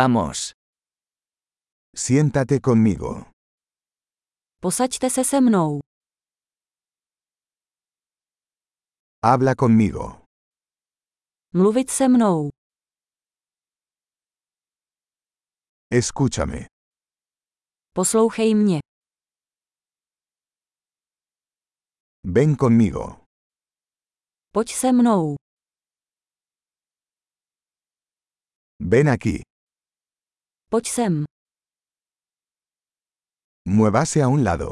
Vamos. Siéntate conmigo. Posaďte se se mnou. Habla conmigo. Mluvit se mnou. Escúchame. Poslouchej mě. Ven conmigo. Pojď se mnou. Ven aquí. Pojď sem. Muévase a un lado.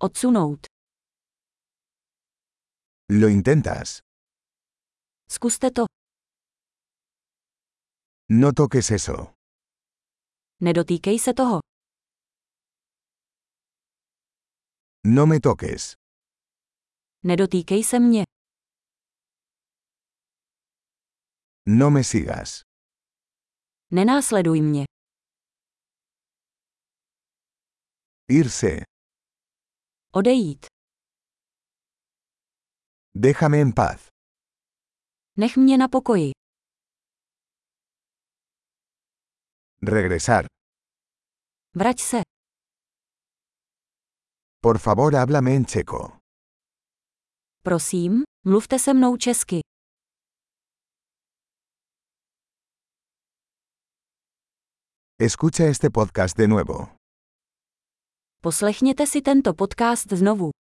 Odsunout. Lo intentas. Zkuste to. No toques eso. Nedotýkej se toho. No me toques. Nedotýkej se mě. No me sigas. Nenásleduj mě. Irse. Odejít. Déjame en paz. Nech mě na pokoji. Regresar. Vrať se. Por favor, háblame en checo. Prosím, mluvte se mnou česky. Escucha este podcast de nuevo. este Poslechněte si tento podcast znovu.